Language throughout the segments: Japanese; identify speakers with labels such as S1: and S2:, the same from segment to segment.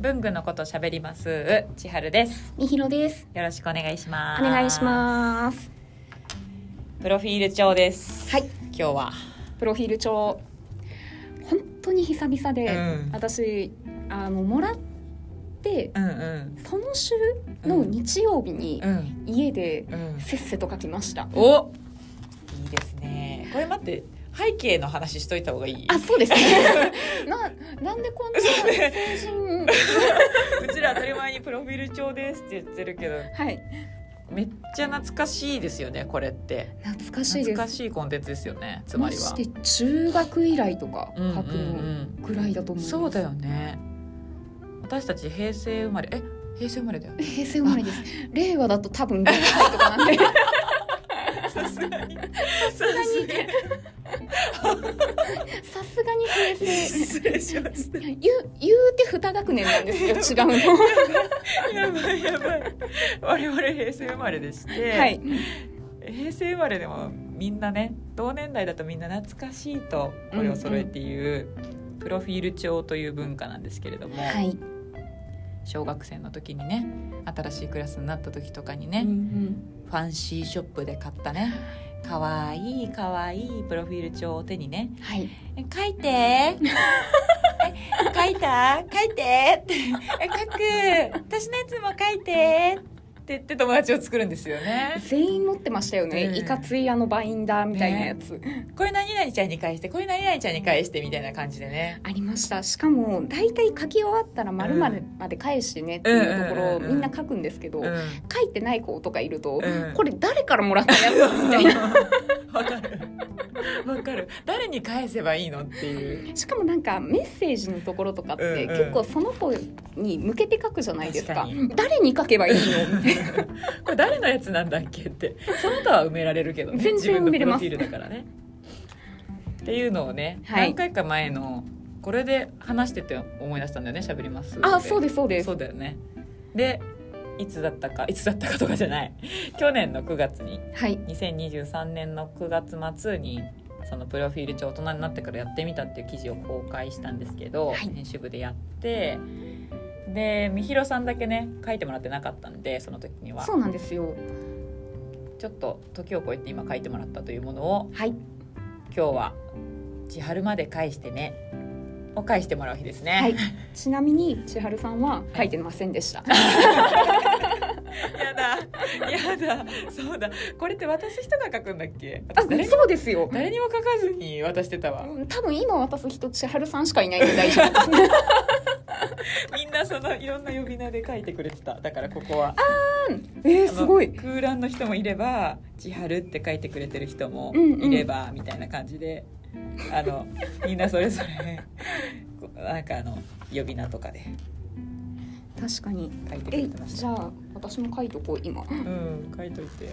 S1: 文具のこと喋ります千春です
S2: みひろです。
S1: よろしくお願いしま
S2: お
S1: す
S2: 願いします。
S1: すプロフィール帳です
S2: はい、
S1: 今日は
S2: プロフィール帳。本当に久々で、
S1: うん
S2: 私、あのもらって、
S1: うんうん
S2: その週の日曜日に
S1: うん
S2: 家で
S1: うん
S2: せっせと書きました。
S1: おいいですねこれ待って背景の話しといた方がいい
S2: あ、そうです ね。な、なんでこんな成人。
S1: うちら当たり前にプロフィール帳ですって言ってるけど
S2: はい、
S1: めっちゃ懐かしいですよねこれって
S2: 懐かし
S1: 懐
S2: いで
S1: か
S2: す。
S1: しいコンテンツですよねつま
S2: ま
S1: りは
S2: して中学以来とか
S1: うんうん
S2: 書くのぐらいだと
S1: うん
S2: 思います。
S1: そうだよ。ね私たち平成生まれえ平成生まれだよね
S2: 平成生まれです。令和だと多分令和とかなんで。
S1: さすがに
S2: さすがにさすがに平成
S1: 失礼しました
S2: 言う言うて二学年なんですよ違うの
S1: やばいやばい我々平成生まれでして、
S2: はい
S1: 平成生まれでもみんなね同年代だとみんな懐かしいとこれを揃えて言う、プロフィール帳という文化なんですけれども、
S2: はい、
S1: 小学生の時にね新しいクラスになった時とかにね、ファンシーショップで買ったねかわいいかわいいプロフィール帳を手にね
S2: はい
S1: 「え書いて!え」書いた書いて!」って「え書く私のやつも書いて!」って言って友達を作るんですよね。
S2: 全員持ってましたよね、
S1: うん
S2: いかついあのバインダーみたいなやつ、
S1: これ何々ちゃんに返してこれ何々ちゃんに返してみたいな感じでね。
S2: ありましたしかも大体書き終わったら丸までまで返してねっていうところ
S1: うん
S2: を
S1: うんうんう
S2: み
S1: ん
S2: んな書くんですけど、
S1: うん
S2: 書いてない子とかいると、
S1: うん
S2: これ誰からもらったやつみたいな
S1: わかるわかる誰に返せばいいのっていう
S2: しかもなんかメッセージのところとかっ
S1: う
S2: て
S1: んうん
S2: 結構その子に向けて書くじゃないですか
S1: 確かに
S2: 誰に書けばいいの
S1: これ誰のやつなんだっけってその他は埋められるけど、ね、
S2: 全然埋めれます
S1: 自分のプロフィールだからねっていうのをね、
S2: はい
S1: 何回か前のこれで話してて思い出したんだよね喋ります
S2: あそう
S1: で
S2: ですそうです
S1: そうだよねでいつだったかいつだったかとかじゃない去年の9月に
S2: はい
S1: 2023年の9月末にそのプロフィール帳大人になってからやってみたっていう記事を公開したんですけど、
S2: はい
S1: 編集部でやってでみひろさんだけね書いてもらってなかったんでその時には
S2: そうなんですよ
S1: ちょっと時を超えて今書いてもらったというものを
S2: はい
S1: 今日は「千春まで返してね」を返してもらう日ですね。
S2: はいちなみに千春さんは書いてませんでした、
S1: やだやだそうだこれって渡す人が書くんだっけ
S2: あ
S1: 私誰に
S2: そうですよ
S1: 誰にも書かずに渡してたわ
S2: 多分今渡す人千春さんしかいないんで大丈夫 ですね
S1: みんなそのいろんな呼び名で書いてくれてただからここは
S2: え
S1: あ
S2: ー、
S1: の
S2: すごい
S1: 空欄の人もいれば「千春」って書いてくれてる人も
S2: うんうん
S1: いれば、みたいな感じであのみんなそれぞれ こなんかあの呼び名とかで
S2: 確かに
S1: 書いてく
S2: え
S1: れてまし
S2: じ
S1: た
S2: ゃあ私も書いとこう今
S1: うん書いといてよ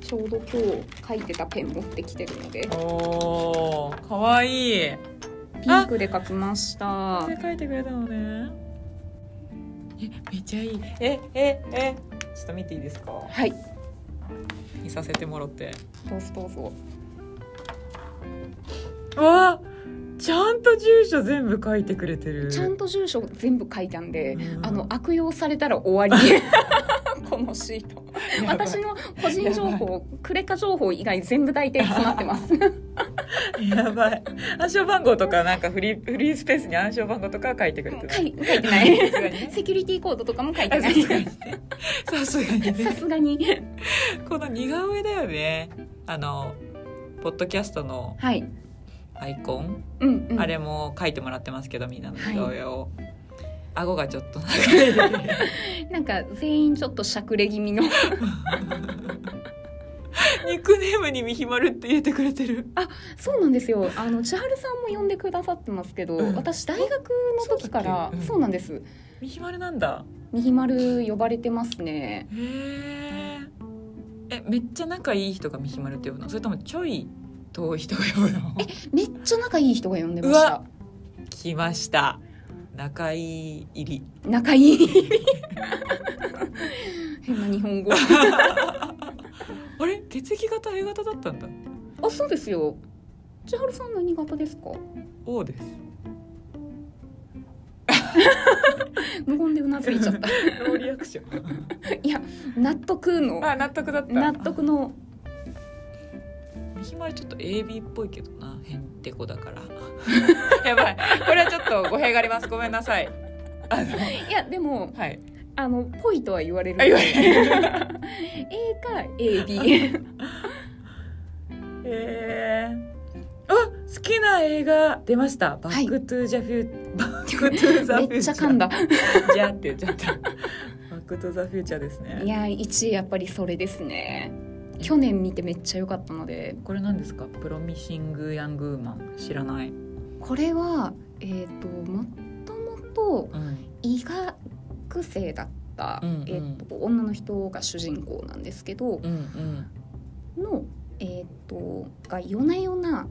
S2: ちょうど今日書いてたペン持ってきてるので
S1: おーかわいい
S2: ピンクで書きました
S1: これ書いてくれたのねえめっちゃいいえええちょっと見ていいですか
S2: はい
S1: 見させてもらって
S2: どうぞどうぞ
S1: わあちゃんと住所全部書いてくれてる
S2: ちゃんと住所全部書いたんで、
S1: うん
S2: あの悪用されたら終わり このシート私の個人情報クレカ情報以外全部大体詰まってます
S1: やばい暗証番号とかなんかフリーフリースペースに暗証番号とかは書いてくれて
S2: 書
S1: る
S2: い書いてない
S1: さすがにね
S2: セキュリティコードとかも書いて
S1: あ
S2: な
S1: さ
S2: い
S1: すがにさすがに
S2: さ
S1: ね
S2: すがに
S1: この似顔絵だよねあのポッドキャストの
S2: はい
S1: アイコン
S2: うん、うん、
S1: あれも書いてもらってますけどみんなの似顔絵を、顎がちょっと長い
S2: なんか全員ちょっとしゃくれ気味の
S1: ニックネームに「みひまる」って入れてくれてる
S2: そうなんですよあの千春さんも呼んでくださってますけど、
S1: うん
S2: 私大学の時か
S1: そうだっ
S2: ら
S1: けうん
S2: そうなんです
S1: みひまるなんだ
S2: にひまる呼ばれてますね
S1: へーえめっちゃ仲いい人がみひまるって呼ぶのそれともちょい遠い人が呼ぶの
S2: めっちゃ仲いい人が呼んでまし
S1: う
S2: た
S1: わ来ました仲いい入り
S2: 仲いい変な日本 語あ
S1: あれ血液型 A 型だったんだ
S2: そうですよ千春さん何型ですか
S1: O です
S2: 無言でうなずいち ゃった。
S1: ノーリアクショ ン
S2: いや、納得の、
S1: あ納得だった
S2: 納得の、
S1: ひまりちょっと AB っぽいけどなへんてこだから やばいこれはちょっと語弊がありますごめんなさいあの
S2: いや、でも、
S1: はい
S2: あの、ぽいとは言われる。
S1: あ言われ
S2: A か AB。
S1: えーあ好きな映画出ました「バック・トゥ・ザ・フュ ー」バック・トゥ・ ザ・フューチャー
S2: めっちゃ噛んだ。
S1: じゃあって言っちゃったバック・トゥ・ザ・フューチャーです
S2: い
S1: ね
S2: や、1位やっぱりそれですね。去年見てめっちゃ良かったので、
S1: これ何ですかプロミシング・ヤング・ウーマン知らない、
S2: これは、えっ、と、もともと医学生だった、
S1: うんうん
S2: えっと女の人が主人公なんですけど、
S1: うんうん
S2: の、えっとが夜な夜な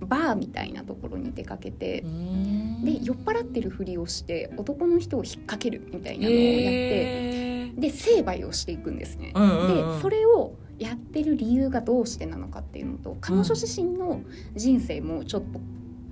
S2: バーみたいなところに出かけて
S1: う、ん
S2: で酔っ払ってるふりをして男の人を引っ掛けるみたいなのをやって、
S1: え
S2: で成敗をしていくんですね。
S1: うんうんうん
S2: でそれをやってる理由がどうしてなのかっていうのと彼女自身の人生もちょっと、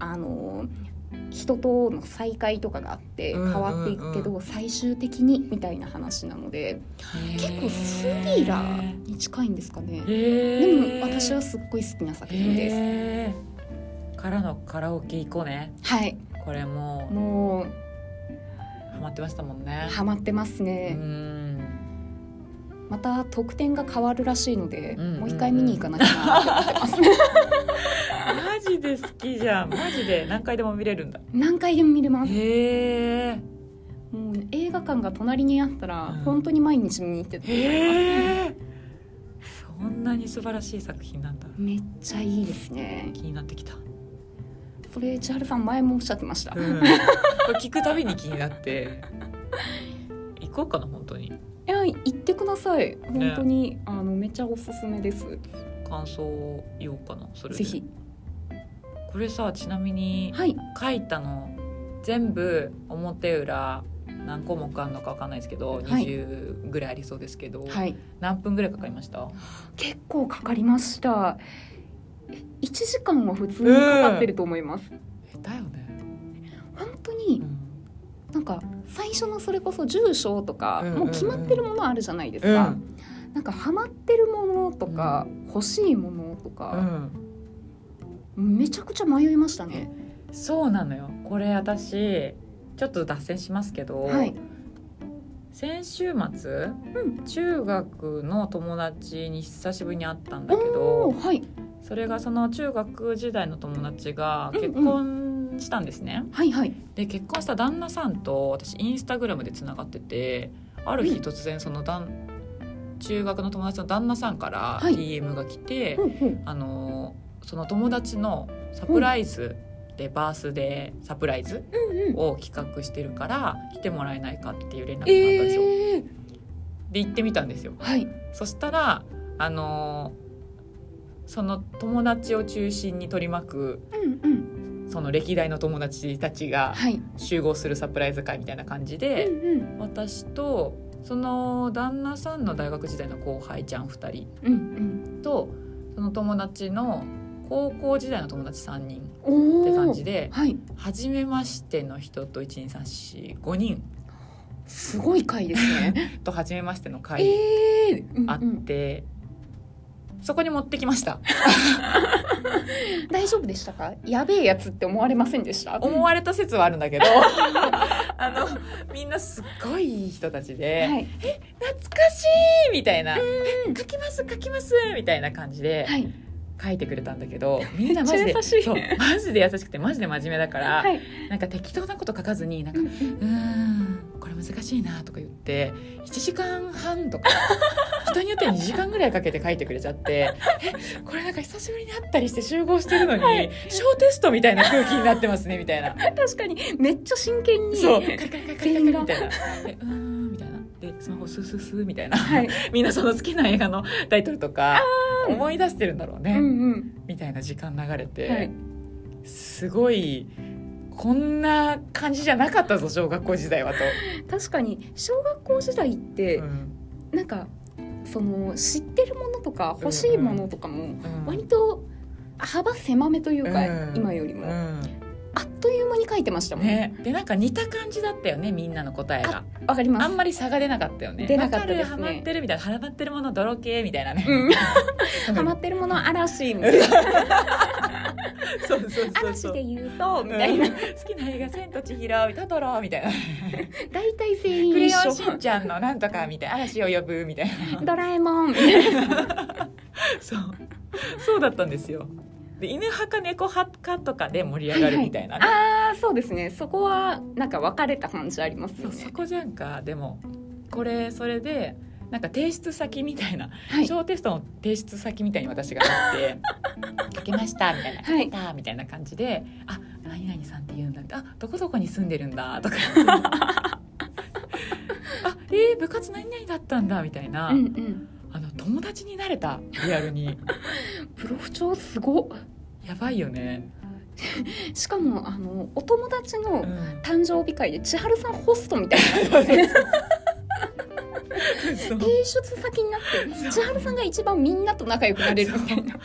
S2: あの人との再会とかがあって
S1: うん
S2: 変
S1: うんうん
S2: わっていくけど、最終的にみたいな話なので結構スリラーに近いんですかね。
S1: え
S2: でも私はすっごい好きな作品です。
S1: へーからのカラオケ行こうね
S2: はい、
S1: これも
S2: もう
S1: ハマってましたもんね
S2: ハマってます
S1: う
S2: ね。
S1: ん
S2: また得点が変わるらしいので、
S1: うんうんうん
S2: もう一回見に行かなきゃなって思ってます。
S1: マジで好きじゃんマジで何回でも見れるんだ
S2: 何回でも見れます。
S1: へえ
S2: もう映画館が隣にあったら、
S1: うん
S2: 本当に毎日見に行ってた。
S1: へえそんなに素晴らしい作品なんだ
S2: めっちゃいいですね。
S1: 気になってきた、
S2: それ千春さん前もおっしゃってました。
S1: うん、こ れ聞くたびに気になって行こうかな本当に
S2: いや行ってください。本当に、あのめっちゃおすすめです。
S1: 感想を言おうかなそれで
S2: ぜひ。
S1: これさちなみに
S2: はい。
S1: 書いたの全部表裏何項目あるのかわかんないですけど、
S2: い
S1: 20ぐらいありそうですけど、
S2: はい。
S1: 何分ぐらいかかりました
S2: 結構かかりました。え一時間は普通にかかってると思います。
S1: だよね、
S2: 本当に
S1: うん
S2: なんか最初のそれこそ住所とか、
S1: うんうんうん
S2: もう決まってるものあるじゃないですか、なんかハマってるものとか、欲しいものと
S1: う
S2: か、
S1: ん
S2: めちゃくちゃ迷いましたね。
S1: そうなのよこれ私ちょっと脱線しますけど、
S2: はい、
S1: 先週末、
S2: う
S1: 中学の友達に久しぶりに会ったんだけ
S2: お
S1: ど
S2: ーはい、
S1: それがその中学時代の友達が
S2: うんうん
S1: 結婚したんですね。
S2: はいはい
S1: で結婚した旦那さんと私インスタグラムでつながっててある日突然その旦中学の友達の旦那さんから
S2: はい
S1: DM が来て、
S2: ほうほう
S1: あのその友達のサプライズでバースデーサプライズ
S2: うんうん
S1: を企画してるから来てもらえないかっていう連絡があったんですよ。
S2: えー、
S1: で行ってみたんですよ。
S2: はい
S1: そしたらあのその友達を中心に取り巻く
S2: うんうん
S1: その歴代の友達たちが
S2: はい
S1: 集合するサプライズ会みたいな感じで、
S2: うんうん
S1: 私とその旦那さんの大学時代の後輩ちゃん2人
S2: うん
S1: とその友達の高校時代の友達3人
S2: うんお
S1: っ
S2: ー
S1: て感じで
S2: はい
S1: 初めましての人と12345人
S2: すごい回です ね
S1: と初めましての
S2: え
S1: 会
S2: えー、うん
S1: あっ
S2: うん
S1: て、そこに持ってきました
S2: 大丈夫でしたかやべえやつって思われませんでした
S1: 思われた説はあるんだけど あのみんなすっごいいい人たちで、
S2: はい
S1: 懐かしいみたいな「書きます書きます」みたいな感じで。
S2: はい
S1: 書いてくれたんだけどみんなマジ
S2: め
S1: で
S2: っちゃ優しい
S1: そうマジで優しくてマジで真面目だから、
S2: はい
S1: なんか適当なこと書かずになんか「
S2: う
S1: うん
S2: うん
S1: ーんこれ難しいな」とか言って1時間半とか人によっては2時間ぐらいかけて書いてくれちゃってえこれなんか久しぶりに会ったりして集合してるのに、小テストみたいな空気になってますねみたいな。
S2: 確かにめっちゃ真剣に
S1: そう、カ
S2: は
S1: リ
S2: い
S1: カリカリカリカリみたいな、でうーんみたいな、でスマホスースースーみたいな、みんなその好きな映画のタイトルとか
S2: ー
S1: 思い出してるんだろうね。
S2: うんうん
S1: みたいな時間流れて、
S2: はい
S1: すごいこんな感じじゃなかったぞ小学校時代はと、
S2: 確かに小学校時代って
S1: うん
S2: なんかその知ってるものとか欲しいものとかも
S1: うん
S2: 割と幅狭めというか、
S1: うん
S2: 今より
S1: う
S2: も、
S1: ん
S2: ああっという間に書いてましたもん
S1: ねでなんか似た感じだったよねみんなの答えが
S2: わかり
S1: あ
S2: ます
S1: んまり差が出なかったよね
S2: 出なかったですね
S1: わるハマってるみたいなハマってるもの泥系みたいなね、
S2: うんハマ
S1: ハ
S2: ってるもの嵐みたいな
S1: そうそうそうそう
S2: 嵐で言うとみた
S1: う
S2: い
S1: ん
S2: な
S1: 好きな映画「千と千尋」「タトロ」みたいな
S2: 大体
S1: 「
S2: 全
S1: ク
S2: 員
S1: レ
S2: 一
S1: ヨンしん
S2: 緒
S1: ちゃんのなんとか」みたいな「嵐を呼ぶ」みたいな
S2: ドラえもんみ たいな
S1: そうそうだったんですよで犬派か猫派かとかで盛り上がるみたいなね、
S2: ああそうですねそこはなんか分かれた感じあります
S1: そ
S2: よ
S1: うそ
S2: ね
S1: こじゃんかでもこれそれでなんか提出先みたいな
S2: はい
S1: 小テストの提出先みたいに私があって 「書けました」みたいな「書
S2: はい
S1: けた」みたいな感じで「あ何々さんって言うんだ」って「あどこどこに住んでるんだ」 とか「あえー部活何々だったんだ」みたいな、
S2: うんうん
S1: あの友達になれたリアルに
S2: プロ不調すごっ
S1: やばいよね。
S2: しかもあのお友達
S1: う
S2: の
S1: ん
S2: 誕生日会で千春さんホストみたいな
S1: そう
S2: 提出先になって千春さんが一番みんなと仲良くなれるみたいな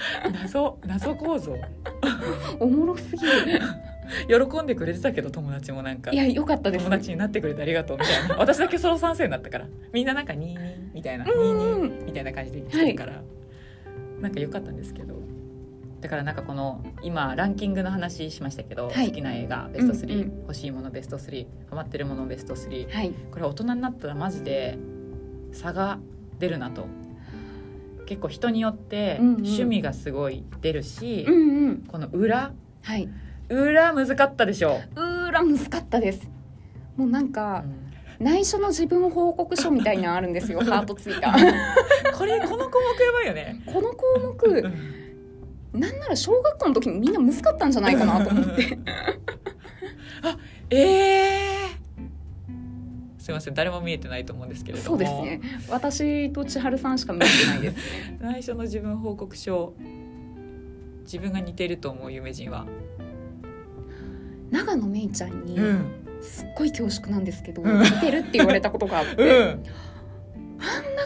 S1: 謎謎構造
S2: おもろすぎる
S1: 喜んでくれてたけど友達もなんか
S2: いや良かったです
S1: 友達になってくれてありがとうみ たいな私だけその賛成になったからみんななんか「ニーニー」みたいな「ニ
S2: う
S1: ー
S2: ん
S1: ニー」みたいな感じで言ってるから、なんか良かったんですけどだからなんかこの今ランキングの話しましたけど、
S2: はい
S1: 好きな映画ベスト3、
S2: うんう
S1: 欲しいものベスト3ハマってるものベスト3
S2: はい
S1: これ大人になったらマジで差が出るなと結構人によって
S2: うんうん
S1: 趣味がすごい出るし、
S2: うんうん
S1: この裏
S2: はい
S1: 裏難かったでしょ
S2: うーら難かったですもうなん
S1: う、
S2: か
S1: うん
S2: 内緒の自分報告書みたいなのある んですよハートついた
S1: これこの項目やばいよね
S2: この項目なんなら小学校の時にみんな難かったんじゃないかなと思って
S1: あえーすいません誰も見えてないと思うんですけれども
S2: そうですね私と千春さんしか見えてないです
S1: 内緒の自分報告書自分が似てると思う有名人は、
S2: 長野めいちゃんに
S1: ん
S2: すっごい恐縮なんですけど
S1: うん
S2: 似てるって言われたことがあって、あん
S1: ん
S2: な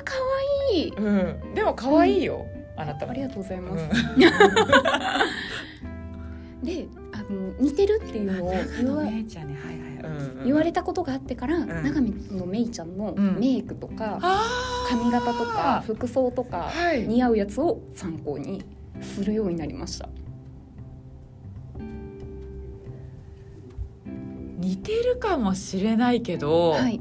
S2: 可愛い
S1: うんでも可愛いよ、あなた
S2: あ
S1: も
S2: りがとうございます、
S1: う
S2: であの似てるっていうんのを
S1: 長
S2: 言
S1: 野
S2: わ
S1: めいちゃんねはいはい、うんうん
S2: 言われたことがあってから、
S1: ん
S2: 長野めいちゃんの
S1: うん
S2: メイクとか、
S1: あー
S2: 髪型とか服装とか
S1: はい
S2: 似合うやつを参考にするようになりました
S1: 似てるかもしれないけど、
S2: はい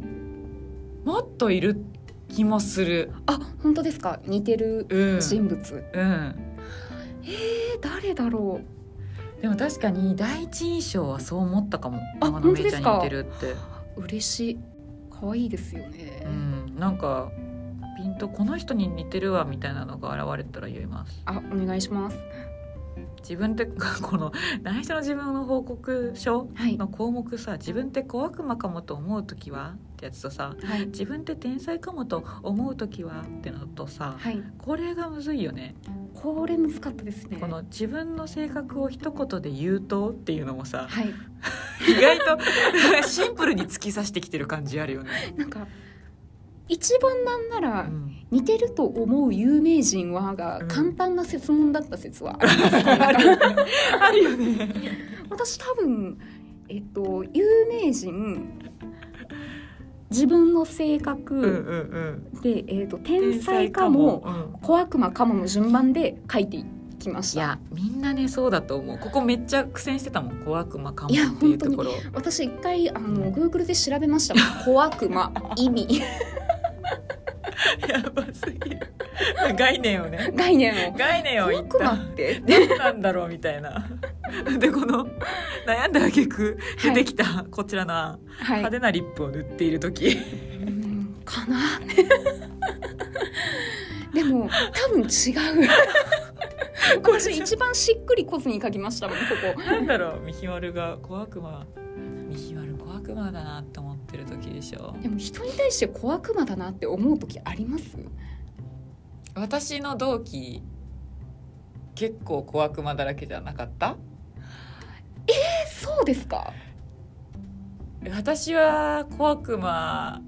S1: もっといる気もする
S2: あ本当ですか似てる
S1: うん
S2: 人物、
S1: うん
S2: えー誰だろう
S1: でも確かに第一印象はそう思ったかも
S2: あ
S1: 長野めいちゃんに似
S2: 本当
S1: て
S2: で
S1: るって、
S2: 嬉しい可愛いですよね、
S1: うん、なんかピンとこの人に似てるわみたいなのが現れたら言います
S2: あお願いします
S1: 自分ってこの 内緒の自分の報告書
S2: はい
S1: の項目さ自分って小悪魔かもと思う時はってやつとさ
S2: はい
S1: 自分って天才かもと思う時はってのとさ
S2: はい
S1: これがむずいよね
S2: これ難かったですね
S1: この自分の性格を一言で言うとっていうのもさ
S2: はい
S1: 意外と シンプルに突き刺してきてる感じあるよね。
S2: なんか一番なんなら、
S1: うん
S2: 似てると思う有名人はが
S1: うん
S2: 簡単な説問だった説 はあります
S1: あるよね。あるよね。
S2: 私多分えっと有名人自分の性格
S1: うん
S2: で、えっと天才かも。小悪魔かもの順番で書いていきまし
S1: い
S2: た
S1: やみんなねそうだと思うここめっちゃ苦戦してたもん小悪魔かもっ
S2: いや
S1: ていうところ
S2: 私一回あの Google で調べましたもん小悪魔意味
S1: やばすぎる 概念をね
S2: 概念 を
S1: 概念を
S2: 小
S1: 言っ
S2: 悪魔
S1: た
S2: って
S1: 何なんだろうみたいなでこの悩んだ挙句出てきたこちらの案
S2: はい
S1: 派手なリップを塗っている時
S2: うんかな でも多分違う私一番しっくりこずに書きましたもんここ
S1: なんだろうミヒワルが小悪魔ミヒワル小悪魔だなって思ってる時でしょ
S2: でも人に対して小悪魔だなって思う時あります
S1: 私の同期結構小悪魔だらけじゃなかった
S2: えそうですか
S1: 私は小悪魔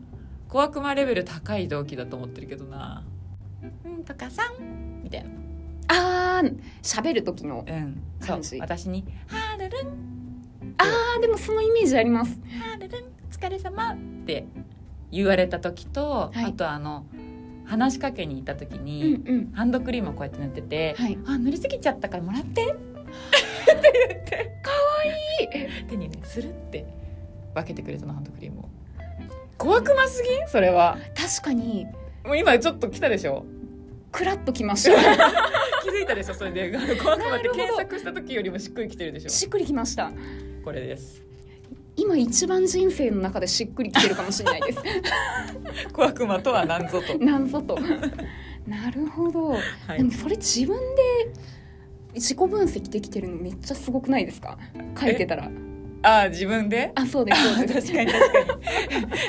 S1: 小悪魔レベル高い同期だと思ってるけどなうんとかさんみたいな
S2: あー喋る時の
S1: うん
S2: 感じ
S1: そう私に「はるるんあ
S2: あーでもそのイメージあります
S1: ールルン疲れ様って言われた時と、
S2: はい
S1: あとあの話しかけに行った時
S2: う
S1: に、
S2: んうん
S1: ハンドクリームをこうやって塗ってて、
S2: はい
S1: あ塗りすぎちゃったからもら ってって言ってかわいい手にねするって分けてくれたのハンドクリームを怖くなすぎんそれは
S2: 確かに
S1: もう今ちょっと来たでし ょ
S2: クラッときました
S1: 気づいたでしょそれであの 怖くなっ
S2: な
S1: て
S2: るほど
S1: 検索した時よりもしっくりきてるでしょ
S2: しっくりきました
S1: これです
S2: 今一番人生の中でしっくりきてるかもしれないです
S1: 小悪魔とは何ぞと
S2: なんぞとなるほど、
S1: は
S2: で
S1: い
S2: もそれ自分で自己分析できてるのめっちゃすごくないですか書いてたら
S1: ああ自分で
S2: あそうですそう
S1: 確
S2: です
S1: かに確か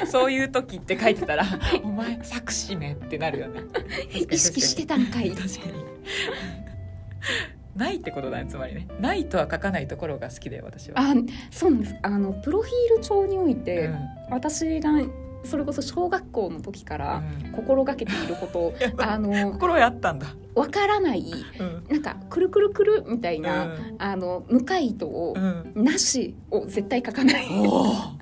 S1: に そういう時って書いてたら「お前作詞ね」ってなるよね
S2: 意識してたんか い
S1: 確かにないってことだねつまりねないとは書かないところが好きだよ私は
S2: あそうなんですあのプロフィール帳において、
S1: うん
S2: 私がそれこそ小学校の時から
S1: うん
S2: 心がけていること、
S1: やばい
S2: あの
S1: 心得あったんだ、
S2: わからない
S1: うん
S2: なんかくるくるくるみたい
S1: う
S2: な、
S1: ん
S2: あの無回答を
S1: う、ん、
S2: なしを絶対書かない
S1: おおさ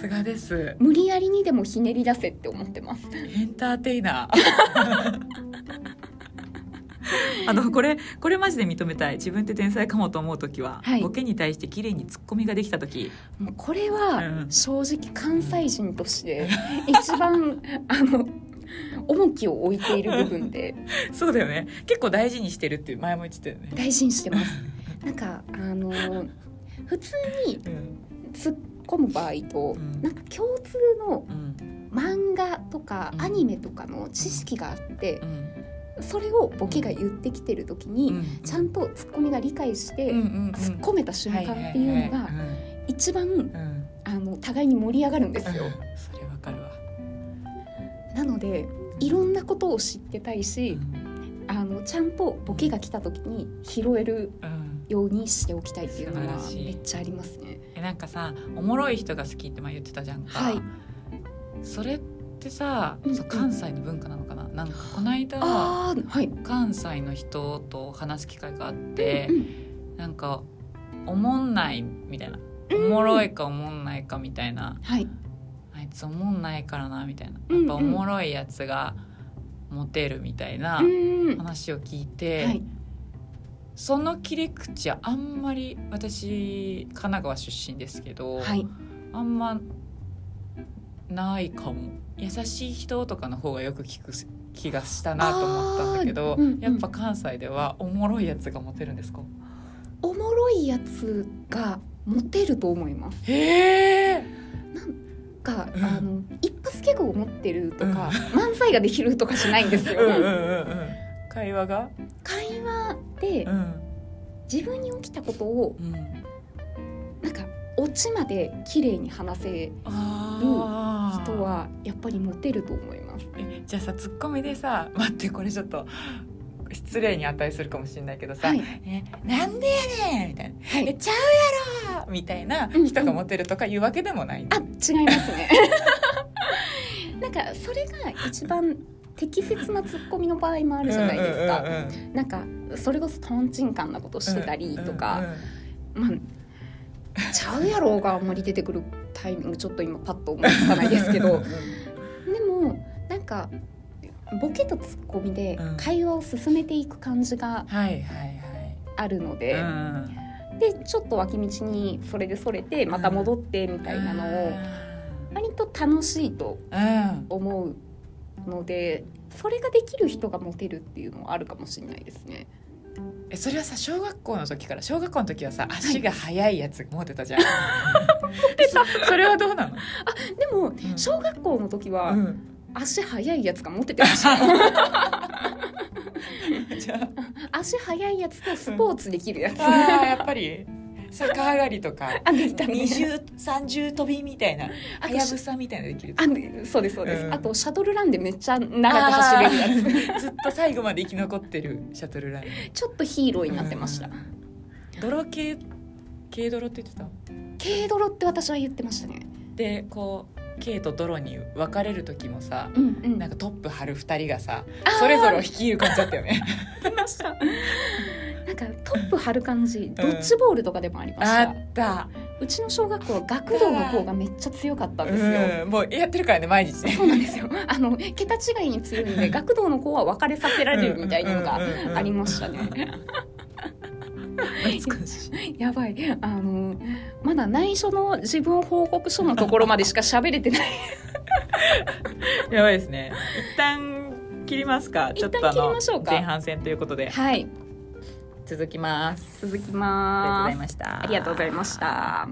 S1: すがです
S2: 無理やりにでもひねり出せって思ってます
S1: エンターテイナー あのこれこれマジで認めたい自分って天才かもと思う時は、
S2: はい
S1: ボケに対して綺麗にツッコミができた時
S2: もうこれ
S1: う
S2: は
S1: ん
S2: 正直関西人として一番 あの重きを置いている部分で
S1: そうだよね結構大事にしてるって前も言ってたよね、
S2: 大事にしてますなんかあの普通に
S1: うん
S2: 突っ込む場合
S1: う
S2: と
S1: ん
S2: なんか共通の
S1: うん
S2: 漫画とか
S1: うん
S2: アニメとかの知識があって
S1: うん
S2: それをボケが言ってきてる時
S1: う
S2: に
S1: ん
S2: ちゃんとツッコミが理解して
S1: うんうんうん
S2: 突っ込めた瞬間っていう
S1: はい
S2: のが
S1: はいはい
S2: 一番
S1: うんうん
S2: あの互いに盛り上がるんですよ。
S1: それわかるわ
S2: なのでいろんなことを知ってたいしあのちゃんとボケが来た時に拾える
S1: うん
S2: ようにしておきたいっていうのは
S1: 素晴らしい
S2: めっちゃありますね。
S1: えなんかさおもろい人が好きって前言ってたじゃんか、
S2: はい
S1: それってさ、
S2: うんうん
S1: そう関西の文化なのかななんかこの間
S2: ああはい。
S1: 関西の人と話す機会があっ
S2: で
S1: て、なんかおもんないみたいなおもろいかおもんないかみたいな、
S2: はい
S1: あいつおもんないからなみたいな
S2: う
S1: や
S2: んうん
S1: っぱおもろいやつがモテるみたいな
S2: うんは
S1: 話を聞いて、
S2: い
S1: その切り口あんまり私神奈川出身ですけど、
S2: はい
S1: あんまないかも優しい人とかの方がよく聞く気がしたなと思ったんだけど、
S2: あーうんうん
S1: やっぱ関西ではおもろいやつがモテるんですか
S2: おもろいやつがモテると思います。
S1: へえ
S2: が
S1: うん
S2: あの一発ギャグを持ってるとか、
S1: うん
S2: 漫才ができるとかじゃないんですよ。
S1: 会話が、
S2: 会話で
S1: ん
S2: 自分に起きたことを
S1: うん、
S2: なんかオチまで綺麗に話せ
S1: あー
S2: 人はやっぱりモテると思います。
S1: えじゃあさツッコミでさ待ってこれちょっと失礼に値するかもしれないけどさ「
S2: はい
S1: えなんでやねん!」みたいな
S2: は
S1: 「え
S2: い。
S1: ちゃうやろ!」みたいな人がモテるとかいうわけでもないん
S2: あ、
S1: だ、
S2: 違いますね。 なんかそれが一番適切なツッコミの場合もあるじゃないです
S1: うんう
S2: か。
S1: んうん
S2: なんかそれこそトンチンカンなことしてたりと
S1: うんう
S2: か、
S1: んうん
S2: まあちゃうやろうがあんまり出てくるタイミングちょっと今パッと思いつかないですけ
S1: う
S2: ど
S1: ん、
S2: でもなんか。ボケとツッコミで
S1: うん
S2: 会話を進めていく感じ
S1: は
S2: が
S1: いはいはい
S2: あるの
S1: う
S2: で、
S1: ん
S2: でちょっと脇道にそれでそれてまた戻ってみたいなのを割と楽しいと
S1: うん
S2: 思うのでそれができる人がモテるっていうのはあるかもしれないですね。
S1: えそれはさ小学校の時から小学校の時はさ足が速いやつモテた じゃんそそれはどうなの、
S2: でも
S1: ん
S2: 小学校の時は
S1: うん
S2: 足速いやつがモテてました。
S1: じゃあ
S2: 足速いやつとスポーツできるやつ。
S1: あーやっぱり逆上がりとか
S2: あできた
S1: 二
S2: ね。
S1: 重三重跳びみたいな
S2: あ
S1: は
S2: と
S1: やぶさみたいなのできる
S2: あでそうですそうです。
S1: うん
S2: あとシャトルランでめっちゃ長く走れるやつ。
S1: やつずっと最後まで生き残ってるシャトルラン
S2: ちょっとヒーローになってました。
S1: 泥系軽泥って言ってた
S2: 軽泥って私は言ってましたね。
S1: でこう軽と泥に分かれる時もさ
S2: うんうん。
S1: なんかトップ張る二人がさ
S2: あー
S1: それぞれを率いる感じだったよね
S2: ました。なんなんかトップ張る感じ、ドッジボールとかでもありまし
S1: あ
S2: た、
S1: った、
S2: うちの小学校は学童の方がめっちゃ強かったんですよ、
S1: うん、もうやってるからね毎日ね
S2: そうなんですよあの桁違いに強いんで学童の子は別れさせられるみたいなのがありましたね
S1: 懐かしい
S2: やばいあのまだ内緒の自分報告書のところまでしか喋れてない
S1: やばいですね一旦切りますかちょっとあ
S2: 一旦切り
S1: の
S2: ましょうか
S1: 前半戦ということで
S2: はい
S1: 続きます
S2: 続き
S1: ありがとうご
S2: ま
S1: ざい
S2: す
S1: ました
S2: ありがとうございました